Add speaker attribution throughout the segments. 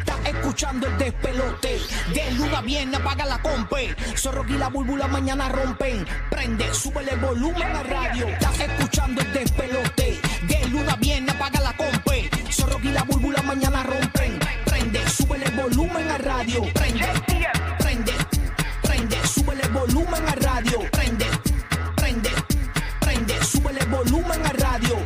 Speaker 1: Está escuchando el despelote. De luna viene, apaga la compe. Zorro y la búlbula mañana rompen. Prende, sube el volumen a radio. Estás escuchando el despelote. De luna viene, apaga la compe. Zorro y la búlbula mañana rompen. Prende, sube el volumen a radio. Prende, prende, prende, sube el volumen a radio. Prende, prende, prende, sube el volumen a radio.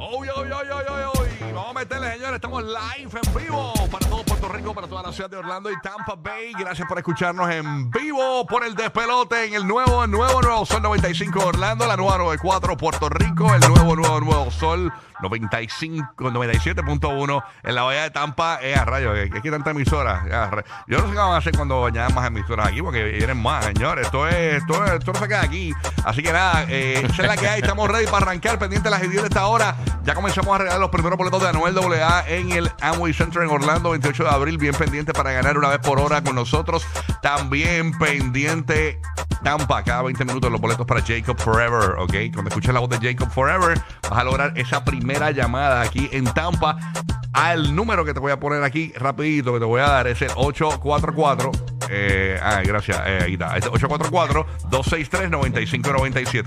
Speaker 2: Oy, oy, oy, oy, oy, oy. Vamos a meterle, señores. Estamos live en vivo para todo Puerto Rico, para toda la ciudad de Orlando y Tampa Bay. Gracias por escucharnos en vivo por el despelote en el nuevo, nuevo, nuevo Sol 95 Orlando, la nueva 94 Puerto Rico, el nuevo, nuevo, nuevo Sol 95, 97.1 en la Bahía de Tampa. Eh, a rayos, eh, que aquí hay tanta emisora. Eh, a rayos. Yo no sé qué van a hacer cuando añadan más emisoras aquí, porque vienen más, señores. Esto es, esto es, esto no se queda aquí. Así que nada, eh, esa es la que hay. Estamos ready para arrancar, pendiente a las 10 de esta hora. Ya comenzamos a regalar los primeros boletos de Anuel AA en el Amway Center en Orlando, 28 de abril. Bien pendiente para ganar una vez por hora con nosotros. También pendiente Tampa, cada 20 minutos los boletos para Jacob Forever, ¿ok? Cuando escuches la voz de Jacob Forever, vas a lograr esa primera llamada aquí en Tampa al número que te voy a poner aquí rapidito, que te voy a dar, es el 844. eh, ah, gracias. eh, ahí está. Es 844-263-9597.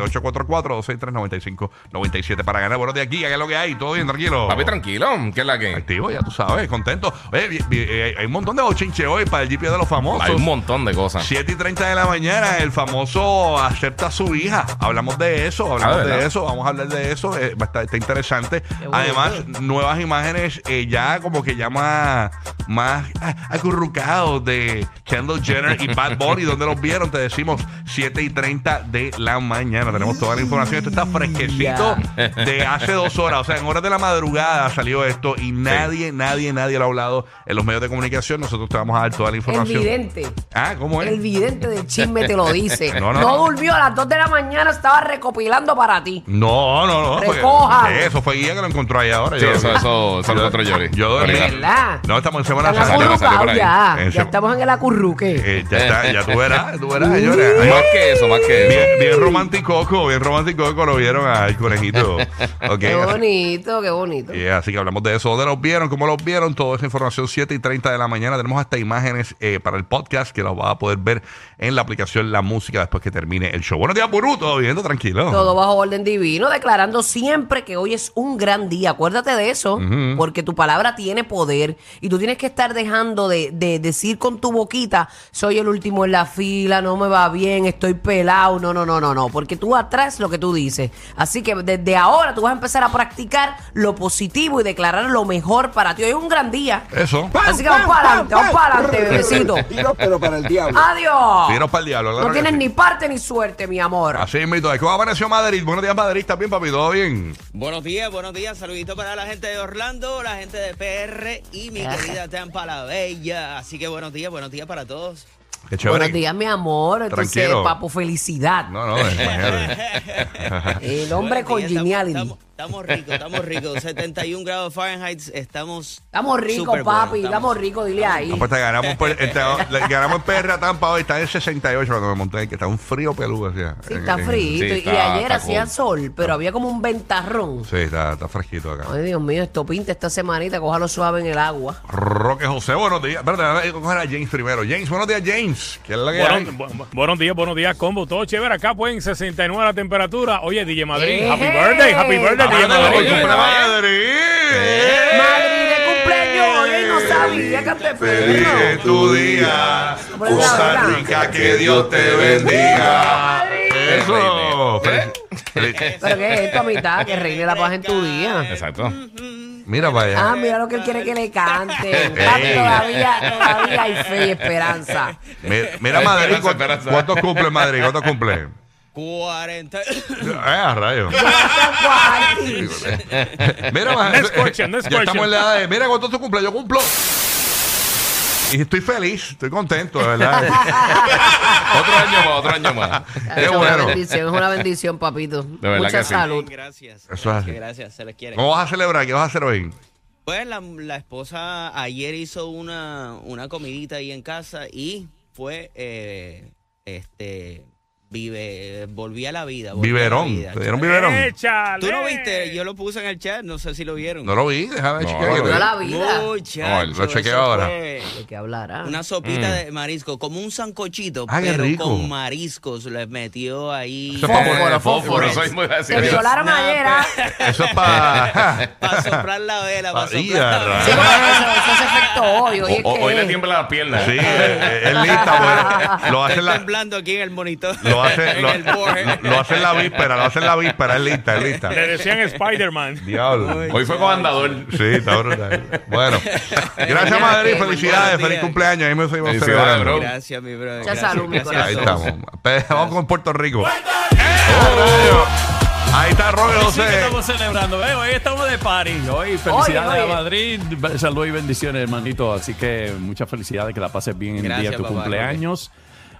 Speaker 2: 844-263-9597. Para ganar, buenos días, aquí, ¿qué es lo que hay? ¿Todo bien, tranquilo?
Speaker 3: Papi, tranquilo, que es la que?
Speaker 2: Activo, ya tú sabes, contento. Oye, vi- vi- eh, hay un montón de bochinche hoy para el GP de los famosos.
Speaker 3: Hay un montón de cosas.
Speaker 2: 7 y 30 de la mañana, el famoso acepta a su hija. Hablamos de eso, hablamos
Speaker 3: Ah, ¿verdad?
Speaker 2: de eso, vamos a hablar de eso. eh, va a estar, está interesante. Además, nuevas imágenes eh, ya como que ya más, más ah, acurrucados de Kendall Jenner y Bad Bunny. ¿Dónde los vieron? Te decimos 7 y 30 de la mañana. Tenemos toda la información. Esto está fresquecito de hace dos horas. O sea, en horas de la madrugada salió esto y nadie, nadie, nadie lo ha hablado en los medios de comunicación. Nosotros te vamos a dar toda la
Speaker 4: El
Speaker 2: información.
Speaker 4: vidente.
Speaker 2: Ah, ¿cómo es?
Speaker 4: El vidente del chisme te lo dice.
Speaker 2: No, no,
Speaker 4: No,
Speaker 2: no.
Speaker 4: durmió a las 2 de la mañana, estaba recopilando para ti.
Speaker 2: No, no, no. porque-
Speaker 4: Recojan.
Speaker 2: Eso fue Guía que lo encontró ahí ahora.
Speaker 3: Sí,
Speaker 2: Yo-
Speaker 3: eso, eso, eso nosotros llorí.
Speaker 2: Yo dormí.
Speaker 4: ¿Verdad?
Speaker 2: No, estamos en Semana
Speaker 4: Están
Speaker 3: salió,
Speaker 2: Santa.
Speaker 3: la salió por
Speaker 4: acurrucados
Speaker 3: ahí.
Speaker 4: ya.
Speaker 2: Ese-
Speaker 4: Ya estamos en el acurruque.
Speaker 2: Eh, ya, está, ya tú verás, tú verás, señores. Ay,
Speaker 3: Más que eso, más
Speaker 2: Bien,
Speaker 3: que eso.
Speaker 2: bien romántico, bien romántico lo vieron al conejito. Ok,
Speaker 4: Qué
Speaker 2: así-
Speaker 4: bonito, qué bonito.
Speaker 2: Yeah, así que hablamos de eso. ¿Dónde los vieron? ¿Cómo los vieron? Toda esa información, 7 y 30 de la mañana. Tenemos hasta imágenes eh, para el podcast que los vas a poder ver en la aplicación La Música después que termine el show. Buenos días, Burú. Todo viendo, tranquilo.
Speaker 4: Todo bajo orden divino, declarando siempre que hoy es un gran día. Acuérdate de eso, porque tu palabra tiene poder y tú tienes que estar dejando de, de decir con tu boquita, soy el último en la fila, no me va bien, estoy pelado. No, no, no, no, no, porque tú atrás lo que tú dices. Así que desde ahora tú vas a empezar a practicar lo positivo y declarar lo mejor para ti. Hoy es un gran día.
Speaker 2: Eso.
Speaker 4: Así que vamos para adelante, vamos para adelante, bebecito.
Speaker 5: Tiro, pero para el diablo.
Speaker 4: Adiós.
Speaker 2: Tiros para el diablo. claro
Speaker 4: Ah. No
Speaker 2: que
Speaker 4: tienes
Speaker 2: sí. Ah,
Speaker 4: ni parte ni suerte, mi amor.
Speaker 2: Así es, mito. ¿Cómo apareció Madrid? Buenos días, Madrid. ¿Estás bien, papi? ¿Todo bien?
Speaker 6: Buenos días, buenos días. Saluditos para la gente de Orlando, la gente de PR y mi
Speaker 4: Ah.
Speaker 6: querida Tampa la Bella. Así que buenos días, buenos días para todos.
Speaker 2: Qué chévere.
Speaker 4: Buenos días, mi amor. Entonces,
Speaker 2: Tranquilo.
Speaker 4: papo, felicidad.
Speaker 2: No, no, imagínate.
Speaker 4: El hombre
Speaker 6: Buenos
Speaker 4: con
Speaker 6: días, estamos-
Speaker 4: geniality.
Speaker 6: Estamos, estamos ricos, estamos ricos. 71 grados Fahrenheit, estamos.
Speaker 4: Estamos ricos,
Speaker 6: súper buenos,
Speaker 4: papi. estamos ricos, dile
Speaker 2: No,
Speaker 4: ahí.
Speaker 2: pues te ganamos, por- te- le ganamos en Perra Tampa hoy. Está en 68 cuando me monté, que está un frío peludo. o sea,
Speaker 4: Sí,
Speaker 2: en-
Speaker 4: está
Speaker 2: en-
Speaker 4: frito.
Speaker 3: sí,
Speaker 4: y- y
Speaker 3: está-
Speaker 4: ayer
Speaker 3: está
Speaker 4: hacía
Speaker 3: cool.
Speaker 4: sol, pero había como un ventarrón.
Speaker 2: Sí, está, está fresquito acá.
Speaker 4: Ay, Dios mío, esto pinta esta semanita. Cójalo suave en el agua.
Speaker 2: Roque José, buenos días. Espérate, ahora hay que coger a James primero. James, buenos días, James. ¿Qué es la que hay?
Speaker 7: Buenos, bu- bu- buenos días, buenos días, combo. Todo chévere acá, pues en 69 la temperatura. Oye, DJ Madrid,
Speaker 4: ¡Eh!
Speaker 7: happy birthday, happy birthday,
Speaker 2: Hablando
Speaker 7: DJ
Speaker 2: de
Speaker 3: Madrid,
Speaker 2: cumple
Speaker 7: Madrid.
Speaker 3: ¿verdad?
Speaker 2: Madrid.
Speaker 4: ¿eh? día cante
Speaker 2: Feliz es tu día, Costa Rica, que Dios te bendiga. ¿Eh? Eso. Fel- fel-
Speaker 4: Pero qué es esto, a mitad, que reine la paz en tu día.
Speaker 3: Exacto.
Speaker 2: Mira para allá.
Speaker 4: Ah, mira lo que él quiere que le cante. Papi, todavía, todavía hay fe y esperanza.
Speaker 2: Mi- Mira Madrid,
Speaker 3: Esperanza,
Speaker 2: ¿cu-
Speaker 3: esperanza.
Speaker 2: ¿cuántos cumple Madrid? ¿Cuántos cumple?
Speaker 6: 40.
Speaker 2: Eh, a rayos.
Speaker 4: Guardi.
Speaker 2: Mira, ma-
Speaker 7: Next question, next
Speaker 2: ya estamos
Speaker 7: question.
Speaker 2: en la edad de, mira cuánto tú cumples, yo cumplo. Y estoy feliz, estoy contento, de verdad.
Speaker 3: Otro año más, otro año más.
Speaker 2: Qué
Speaker 4: Es una
Speaker 2: bueno.
Speaker 4: bendición, es una bendición, papito.
Speaker 3: verdad
Speaker 4: Mucha
Speaker 3: que sí.
Speaker 4: salud.
Speaker 6: Gracias.
Speaker 2: Eso es así.
Speaker 6: Gracias, se les quiere.
Speaker 2: ¿Cómo vas a celebrar? ¿Qué vas a hacer hoy?
Speaker 6: Pues la, la esposa ayer hizo una, una comidita ahí en casa y fue, eh, este, vive, volví a la vida. volví a la
Speaker 2: Biberón.
Speaker 6: vida.
Speaker 2: ¿Te dieron biberón?
Speaker 7: Échale.
Speaker 6: Tú no viste, yo lo puse en el chat, no sé si lo vieron.
Speaker 2: No lo vi, déjame
Speaker 3: No,
Speaker 2: chequear.
Speaker 3: no
Speaker 2: que
Speaker 3: lo
Speaker 2: te-
Speaker 4: Pero la vida.
Speaker 6: Muchacho,
Speaker 2: No, lo chequeé
Speaker 6: eso
Speaker 2: ahora. Mm.
Speaker 6: fue
Speaker 4: ¿De qué hablará?
Speaker 6: Una sopita de marisco, como un sancochito,
Speaker 2: Ah, qué
Speaker 6: pero
Speaker 2: rico.
Speaker 6: con mariscos. Les metió ahí.
Speaker 2: Eso es pa' poner-
Speaker 3: Eh, Fósforo, soy muy
Speaker 4: Te
Speaker 3: gracioso.
Speaker 4: violaron
Speaker 6: Nah,
Speaker 4: ayer,
Speaker 6: pues.
Speaker 4: ¿ah?
Speaker 2: Eso es para...
Speaker 6: Para soplar la vela, para
Speaker 2: Ay,
Speaker 6: soplar la
Speaker 2: arra-
Speaker 4: Sí, bueno, eso, eso se efectó hoy. Hoy, es
Speaker 3: O- o- Hoy
Speaker 4: que-
Speaker 3: le tiembla la pierna.
Speaker 2: Sí, es es lista, porque lo hacen
Speaker 6: Está
Speaker 2: la...
Speaker 6: temblando aquí en el monitor.
Speaker 2: Lo hacen,
Speaker 6: en
Speaker 2: lo,
Speaker 6: el board.
Speaker 2: lo hacen la víspera, lo hacen la víspera, es lista, es lista.
Speaker 7: Le decían Spider-Man.
Speaker 2: Diablo.
Speaker 3: Hoy fue con andador.
Speaker 2: Sí, está brutal. Bueno, gracias Madrid, felicidades,
Speaker 6: Buenos
Speaker 2: feliz
Speaker 6: días.
Speaker 2: cumpleaños. Ahí me seguimos
Speaker 3: Felicidades,
Speaker 2: celebrando.
Speaker 3: bro.
Speaker 6: Gracias, mi brother.
Speaker 4: Mucha
Speaker 6: gracias,
Speaker 4: salud, mi
Speaker 6: gracias.
Speaker 2: Ahí
Speaker 4: corazón.
Speaker 2: estamos. Pe- Vamos con Puerto Rico. ¡Eh, rayos! Ahí está Robert
Speaker 5: Sí, que
Speaker 2: José.
Speaker 5: estamos celebrando. eh, hoy estamos de party. Hoy felicidades
Speaker 4: oye.
Speaker 5: a Madrid. Saludos y bendiciones, hermanito. Así que muchas felicidades, que la pases bien en el día
Speaker 6: Gracias,
Speaker 5: de tu
Speaker 6: papá,
Speaker 5: cumpleaños.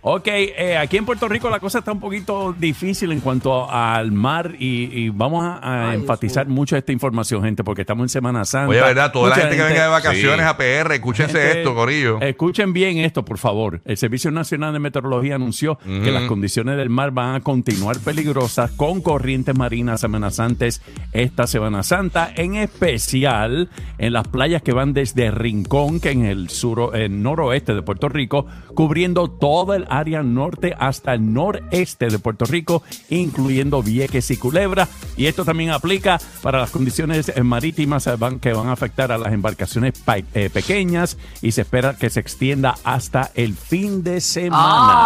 Speaker 5: Ok, eh, aquí en Puerto Rico la cosa está un poquito difícil en cuanto al mar y, y vamos a, a
Speaker 4: Ay,
Speaker 5: enfatizar mucho esta información, gente, porque estamos en Semana Santa.
Speaker 2: Oye, ¿verdad? Toda la
Speaker 5: Mucha
Speaker 2: gente que venga de vacaciones
Speaker 3: Sí.
Speaker 2: a PR, escúchense
Speaker 5: Gente,
Speaker 2: esto, Corillo.
Speaker 5: Escuchen bien esto, por favor. El Servicio Nacional de Meteorología anunció que las condiciones del mar van a continuar peligrosas con corrientes marinas amenazantes esta Semana Santa, en especial en las playas que van desde Rincón, que en el suro- el noroeste de Puerto Rico, cubriendo todo el área norte hasta el noreste de Puerto Rico, incluyendo Vieques y Culebra. Y esto también aplica para las condiciones eh, marítimas eh, van- que van a afectar a las embarcaciones pa- eh, pequeñas y se espera que se extienda hasta el fin de semana.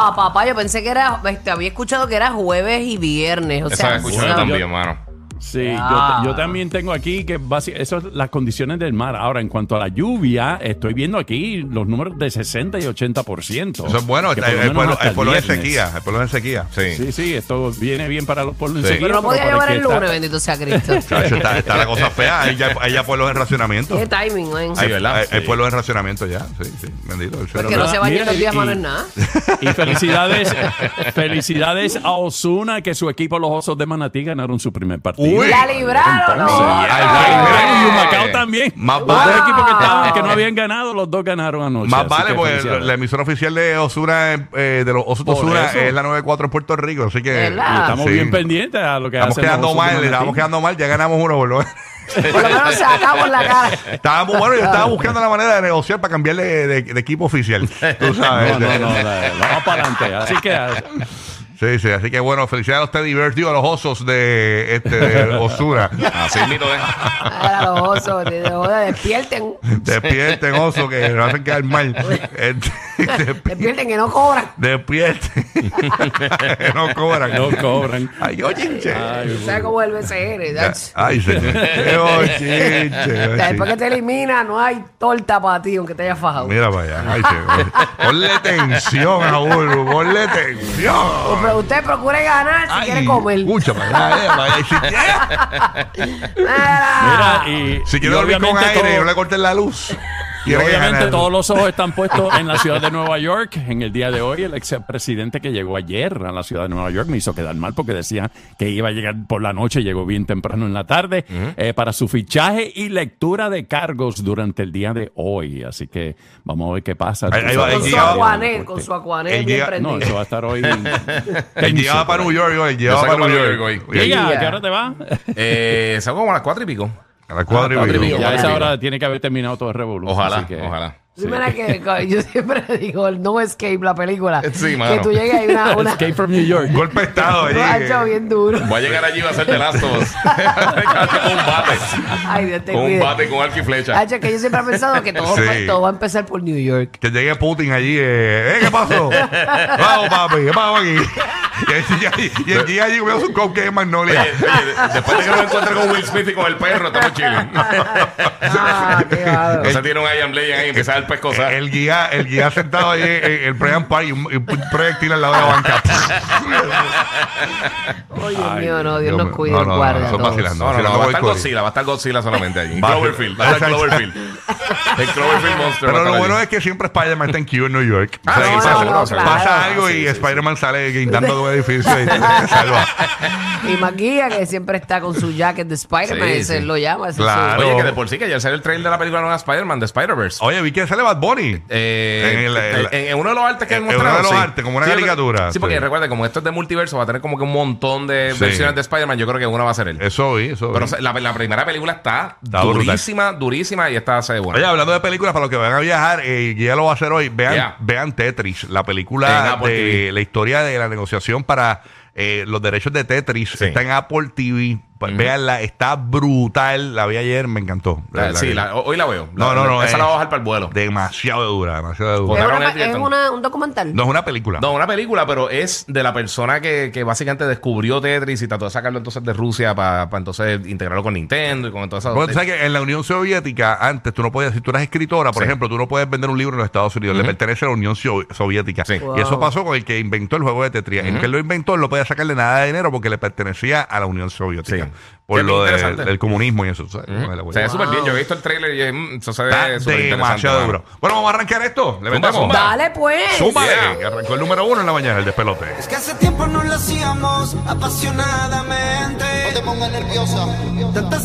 Speaker 4: Ah, papá, yo pensé que era, este, había escuchado que era jueves y viernes. O
Speaker 3: Esa
Speaker 4: sea,
Speaker 3: la escuché yo
Speaker 5: bueno,
Speaker 3: también,
Speaker 5: yo-
Speaker 3: hermano.
Speaker 5: Sí, yo
Speaker 4: Ah.
Speaker 5: ta- yo, también tengo aquí que basi- eso es las condiciones del mar. Ahora, en cuanto a la lluvia, estoy viendo aquí los números de 60 y 80%.
Speaker 2: Eso es bueno,
Speaker 5: que
Speaker 2: está-
Speaker 5: por lo
Speaker 2: el
Speaker 5: menos
Speaker 2: pueblo,
Speaker 5: hasta
Speaker 2: el pueblo de
Speaker 5: viernes.
Speaker 2: sequía, el pueblo de sequía.
Speaker 3: Sí.
Speaker 5: Sí, sí, esto viene bien para los pueblos en
Speaker 2: Sí.
Speaker 5: sequía,
Speaker 4: pero no podía
Speaker 5: para
Speaker 4: llover
Speaker 5: el
Speaker 4: el
Speaker 5: que está-
Speaker 4: lunes, bendito sea Cristo.
Speaker 2: Chacho, está, está la cosa fea, hay ya, hay ya pueblos en racionamiento.
Speaker 4: Qué timing, man.
Speaker 3: Sí, ¿verdad?
Speaker 2: Hay, hay
Speaker 3: Sí.
Speaker 2: pueblos en racionamiento ya, sí, sí, bendito. el cielo.
Speaker 4: Porque no se
Speaker 5: Mira,
Speaker 4: bañen los
Speaker 5: y-
Speaker 4: días malos
Speaker 5: y-
Speaker 4: en nada.
Speaker 5: Y felicidades, felicidades a Osuna, que su equipo, los Osos de Manatí, ganaron su primer partido.
Speaker 2: Uy.
Speaker 4: La libraron,
Speaker 5: Entonces,
Speaker 4: ¿no?
Speaker 5: ay,
Speaker 2: ay, ay.
Speaker 5: y Humacao también.
Speaker 2: Más
Speaker 5: los
Speaker 2: vale.
Speaker 5: dos equipos que, estaban, que no habían ganado, los dos ganaron anoche.
Speaker 2: Más
Speaker 5: así
Speaker 2: vale, pues,
Speaker 5: que
Speaker 2: porque
Speaker 5: felicidades.
Speaker 2: la emisora oficial de Osuna, eh, de los Osos de
Speaker 5: Por
Speaker 2: Osuna,
Speaker 5: eso.
Speaker 2: es la 94 en Puerto Rico, así que
Speaker 4: ¿Verdad?
Speaker 5: Y estamos
Speaker 2: Sí.
Speaker 5: bien pendientes a lo que
Speaker 2: Estamos
Speaker 5: hacen los
Speaker 2: quedando
Speaker 5: Osos de
Speaker 2: mal, le
Speaker 5: Manatí.
Speaker 2: estamos quedando mal, ya ganamos uno, boludo.
Speaker 4: Por lo menos sacamos la cara.
Speaker 2: Estaba muy bueno, yo estaba buscando la manera de negociar para cambiarle de, de equipo oficial. Tú sabes. este.
Speaker 5: No, no, no, la- la- vamos para adelante. Así que ah,
Speaker 2: Sí, sí, así que bueno, felicidades a los Teddy Bears, digo, a los osos de, este, de Osuna.
Speaker 3: Así mito es.
Speaker 4: Era los osos, te- te- joder, despierten.
Speaker 2: Despierten, oso, que nos hacen quedar mal. Este, despi-
Speaker 4: Despierten que no cobran.
Speaker 2: Despierten. no cobran.
Speaker 5: no cobran.
Speaker 2: Ay, oye, che.
Speaker 4: ¿Sabes cómo es el BCN? ¿sabes?
Speaker 2: Ay, señor. Qué bochinche,
Speaker 4: O sea, Después
Speaker 2: bochinche.
Speaker 4: que te elimina, no hay torta para ti, aunque te hayas fajado.
Speaker 2: Mira para allá. Ay, señor. Ponle tensión a uno. Ponle tensión.
Speaker 4: Pero usted procure ganar si
Speaker 2: Ay,
Speaker 4: quiere comer.
Speaker 2: Escucha, para allá, eh, para allá. Y si quiere-
Speaker 4: Mira.
Speaker 5: Mira, y,
Speaker 2: Si
Speaker 5: y
Speaker 2: quiere dormir con
Speaker 5: obviamente
Speaker 2: aire y
Speaker 5: todo-
Speaker 2: no le corten la luz.
Speaker 5: Y
Speaker 2: tiene que
Speaker 5: obviamente
Speaker 2: ganar.
Speaker 5: todos los ojos están puestos en la ciudad de Nueva York. En el día de hoy, el expresidente que llegó ayer a la ciudad de Nueva York me hizo quedar mal porque decía que iba a llegar por la noche, llegó bien temprano en la tarde eh, para su fichaje y lectura de cargos durante el día de hoy. Así que vamos a ver qué pasa.
Speaker 2: Ahí- ahí va,
Speaker 4: Con
Speaker 2: él
Speaker 4: su
Speaker 2: llegaba-
Speaker 4: acuanel, con su
Speaker 2: Él
Speaker 4: acuanel bien
Speaker 2: llega-
Speaker 5: No,
Speaker 4: prendido.
Speaker 5: eso va a estar hoy. pues.
Speaker 2: Él llegaba para New York, hoy, él llegaba
Speaker 3: Yo
Speaker 2: para
Speaker 3: salgo
Speaker 2: New
Speaker 3: para
Speaker 2: York.
Speaker 3: New York hoy.
Speaker 2: Y-
Speaker 5: Llega, ¿a
Speaker 4: Yeah.
Speaker 5: qué hora te va?
Speaker 3: Eh, salgo como a las cuatro y pico.
Speaker 2: A las cuatro
Speaker 3: Ah,
Speaker 2: y
Speaker 3: cuatro y
Speaker 2: media.
Speaker 3: pico.
Speaker 5: ya a esa
Speaker 3: digo.
Speaker 5: hora tiene que haber terminado todo el revolución.
Speaker 3: Ojalá, ojalá.
Speaker 4: Sí, mira que co- yo siempre digo el No Escape, la película.
Speaker 3: Sí,
Speaker 4: que
Speaker 3: mano.
Speaker 4: tú llegas y hay una, una
Speaker 5: Escape from New York.
Speaker 2: Golpe de estado allí.
Speaker 4: hacha
Speaker 2: que-
Speaker 4: bien duro.
Speaker 3: Voy a llegar allí y va a hacer de lazos. con un bate.
Speaker 4: Ay, Dios te
Speaker 3: Con un
Speaker 4: cuide.
Speaker 3: bate, con arco y flecha.
Speaker 4: Hacha, que yo siempre he pensado que todo,
Speaker 2: Sí.
Speaker 4: todo va a empezar por New York.
Speaker 2: Que llegue Putin allí. Eh, eh, ¿Qué pasó? Vamos, papi. ¿Qué pasó aquí? Y el G.I. Y el G.I. allí comió su coque de
Speaker 3: Oye,
Speaker 2: magnolia.
Speaker 3: oye, después de que me encuentre con Will Smith y con el perro, estamos chilling.
Speaker 4: Ah, qué bárbaro.
Speaker 3: O sea, tiene un I am Legend ahí, empieza el pescozar.
Speaker 2: El guía, el guía sentado allí, eh, el Brian Park y un y un proyectil al lado de la banca.
Speaker 4: Oh, Dios mío, no, Dios
Speaker 2: Dios
Speaker 4: nos
Speaker 2: mío.
Speaker 4: cuide,
Speaker 2: No,
Speaker 4: nos
Speaker 2: no, no,
Speaker 4: guarda. a
Speaker 2: son
Speaker 4: todos.
Speaker 2: vacilando.
Speaker 3: No, no, no,
Speaker 2: Vacilando
Speaker 3: va a
Speaker 2: voy
Speaker 3: estar
Speaker 2: con-
Speaker 3: Godzilla, va a estar Godzilla solamente allí.
Speaker 2: Va a ser-
Speaker 3: Cloverfield, va a estar
Speaker 2: Exacto.
Speaker 3: Cloverfield. El Cloverfield Monster. va a
Speaker 2: Pero lo
Speaker 3: estar
Speaker 2: bueno
Speaker 3: allí.
Speaker 2: es que siempre Spider-Man está en Q en New York.
Speaker 3: Ah,
Speaker 2: O sea,
Speaker 3: no,
Speaker 2: pasa,
Speaker 3: no, no,
Speaker 2: pasa
Speaker 4: claro.
Speaker 2: algo
Speaker 3: Sí,
Speaker 2: y
Speaker 3: sí, sí.
Speaker 2: Spider-Man sale guindando de un edificio y se salva.
Speaker 4: Y Maquilla, que siempre está con su jacket de Spider-Man,
Speaker 3: Sí,
Speaker 4: ese
Speaker 3: sí.
Speaker 4: lo llama. ese es
Speaker 2: Claro.
Speaker 3: Oye, que de por sí que ayer salió el trailer de la película nueva Spider-Man, de Spider-Verse.
Speaker 2: Oye, vi que sale Bad Bunny.
Speaker 3: Eh,
Speaker 2: En el- el-
Speaker 3: en- en uno de los artes que han
Speaker 2: en uno
Speaker 3: mostrado.
Speaker 2: de los
Speaker 3: sí.
Speaker 2: artes, como una
Speaker 3: Sí, yo creo-
Speaker 2: caricatura,
Speaker 3: Sí, porque
Speaker 2: sí.
Speaker 3: recuerda, como esto es de multiverso, va a tener como que un montón de
Speaker 2: Sí.
Speaker 3: versiones de Spider-Man. Yo creo que una va a ser él.
Speaker 2: Eso vi, eso vi.
Speaker 3: Pero se- la, la primera película está,
Speaker 2: Está brutal.
Speaker 3: durísima, durísima y esta hace buena.
Speaker 2: Oye, hablando de películas, para los que van a viajar, eh, ya lo va a hacer hoy. Vean,
Speaker 3: Yeah.
Speaker 2: vean Tetris, la
Speaker 3: En
Speaker 2: película
Speaker 3: Apple
Speaker 2: de
Speaker 3: TV.
Speaker 2: la historia de la negociación para eh, los derechos de Tetris.
Speaker 3: Sí.
Speaker 2: Está en Apple TV. Pues, Veanla, está brutal. La vi ayer, me encantó. De
Speaker 3: La-
Speaker 2: verdad
Speaker 3: Eh, sí,
Speaker 2: que-
Speaker 3: la- hoy la veo.
Speaker 2: No,
Speaker 3: La-
Speaker 2: no, no,
Speaker 3: Esa
Speaker 2: eh.
Speaker 3: la voy a bajar para el vuelo.
Speaker 2: demasiado dura, demasiado dura.
Speaker 3: Pues,
Speaker 4: Es, una-
Speaker 3: Cabrón,
Speaker 4: es
Speaker 3: Edgerton.
Speaker 4: una- un documental.
Speaker 2: No es una película.
Speaker 3: No, una película, pero es de la persona que, que básicamente descubrió Tetris y trató de sacarlo entonces de Rusia para entonces integrarlo con Nintendo y con todas esas
Speaker 2: Bueno, tú sabes que en la Unión Soviética, antes tú no podías, si tú eras escritora, por
Speaker 3: Sí.
Speaker 2: ejemplo, tú no puedes vender un libro en los Estados Unidos, le pertenece a la Unión Sio- Soviética.
Speaker 3: Sí.
Speaker 2: Y
Speaker 4: Wow.
Speaker 2: eso pasó con el que inventó el juego de Tetris. El que lo inventó no podía sacarle nada de dinero porque le pertenecía a la Unión Soviética.
Speaker 3: Sí.
Speaker 2: Por
Speaker 3: Qué
Speaker 2: lo de-
Speaker 3: interesante.
Speaker 2: del comunismo y eso. ¿sabes? La
Speaker 3: O
Speaker 2: huella.
Speaker 3: sea, es súper
Speaker 4: Wow.
Speaker 3: bien. Yo he visto el trailer y mm, eso se
Speaker 2: Está
Speaker 3: ve súper
Speaker 2: demasiado duro. Bueno, vamos a arrancar esto. Le
Speaker 3: Zumba,
Speaker 2: metemos.
Speaker 3: zumba.
Speaker 4: Dale, pues.
Speaker 2: Zumba. Eh, Arrancó el número uno en la mañana, el despelote.
Speaker 1: Es que hace tiempo no lo hacíamos apasionadamente. No te pongas nerviosa.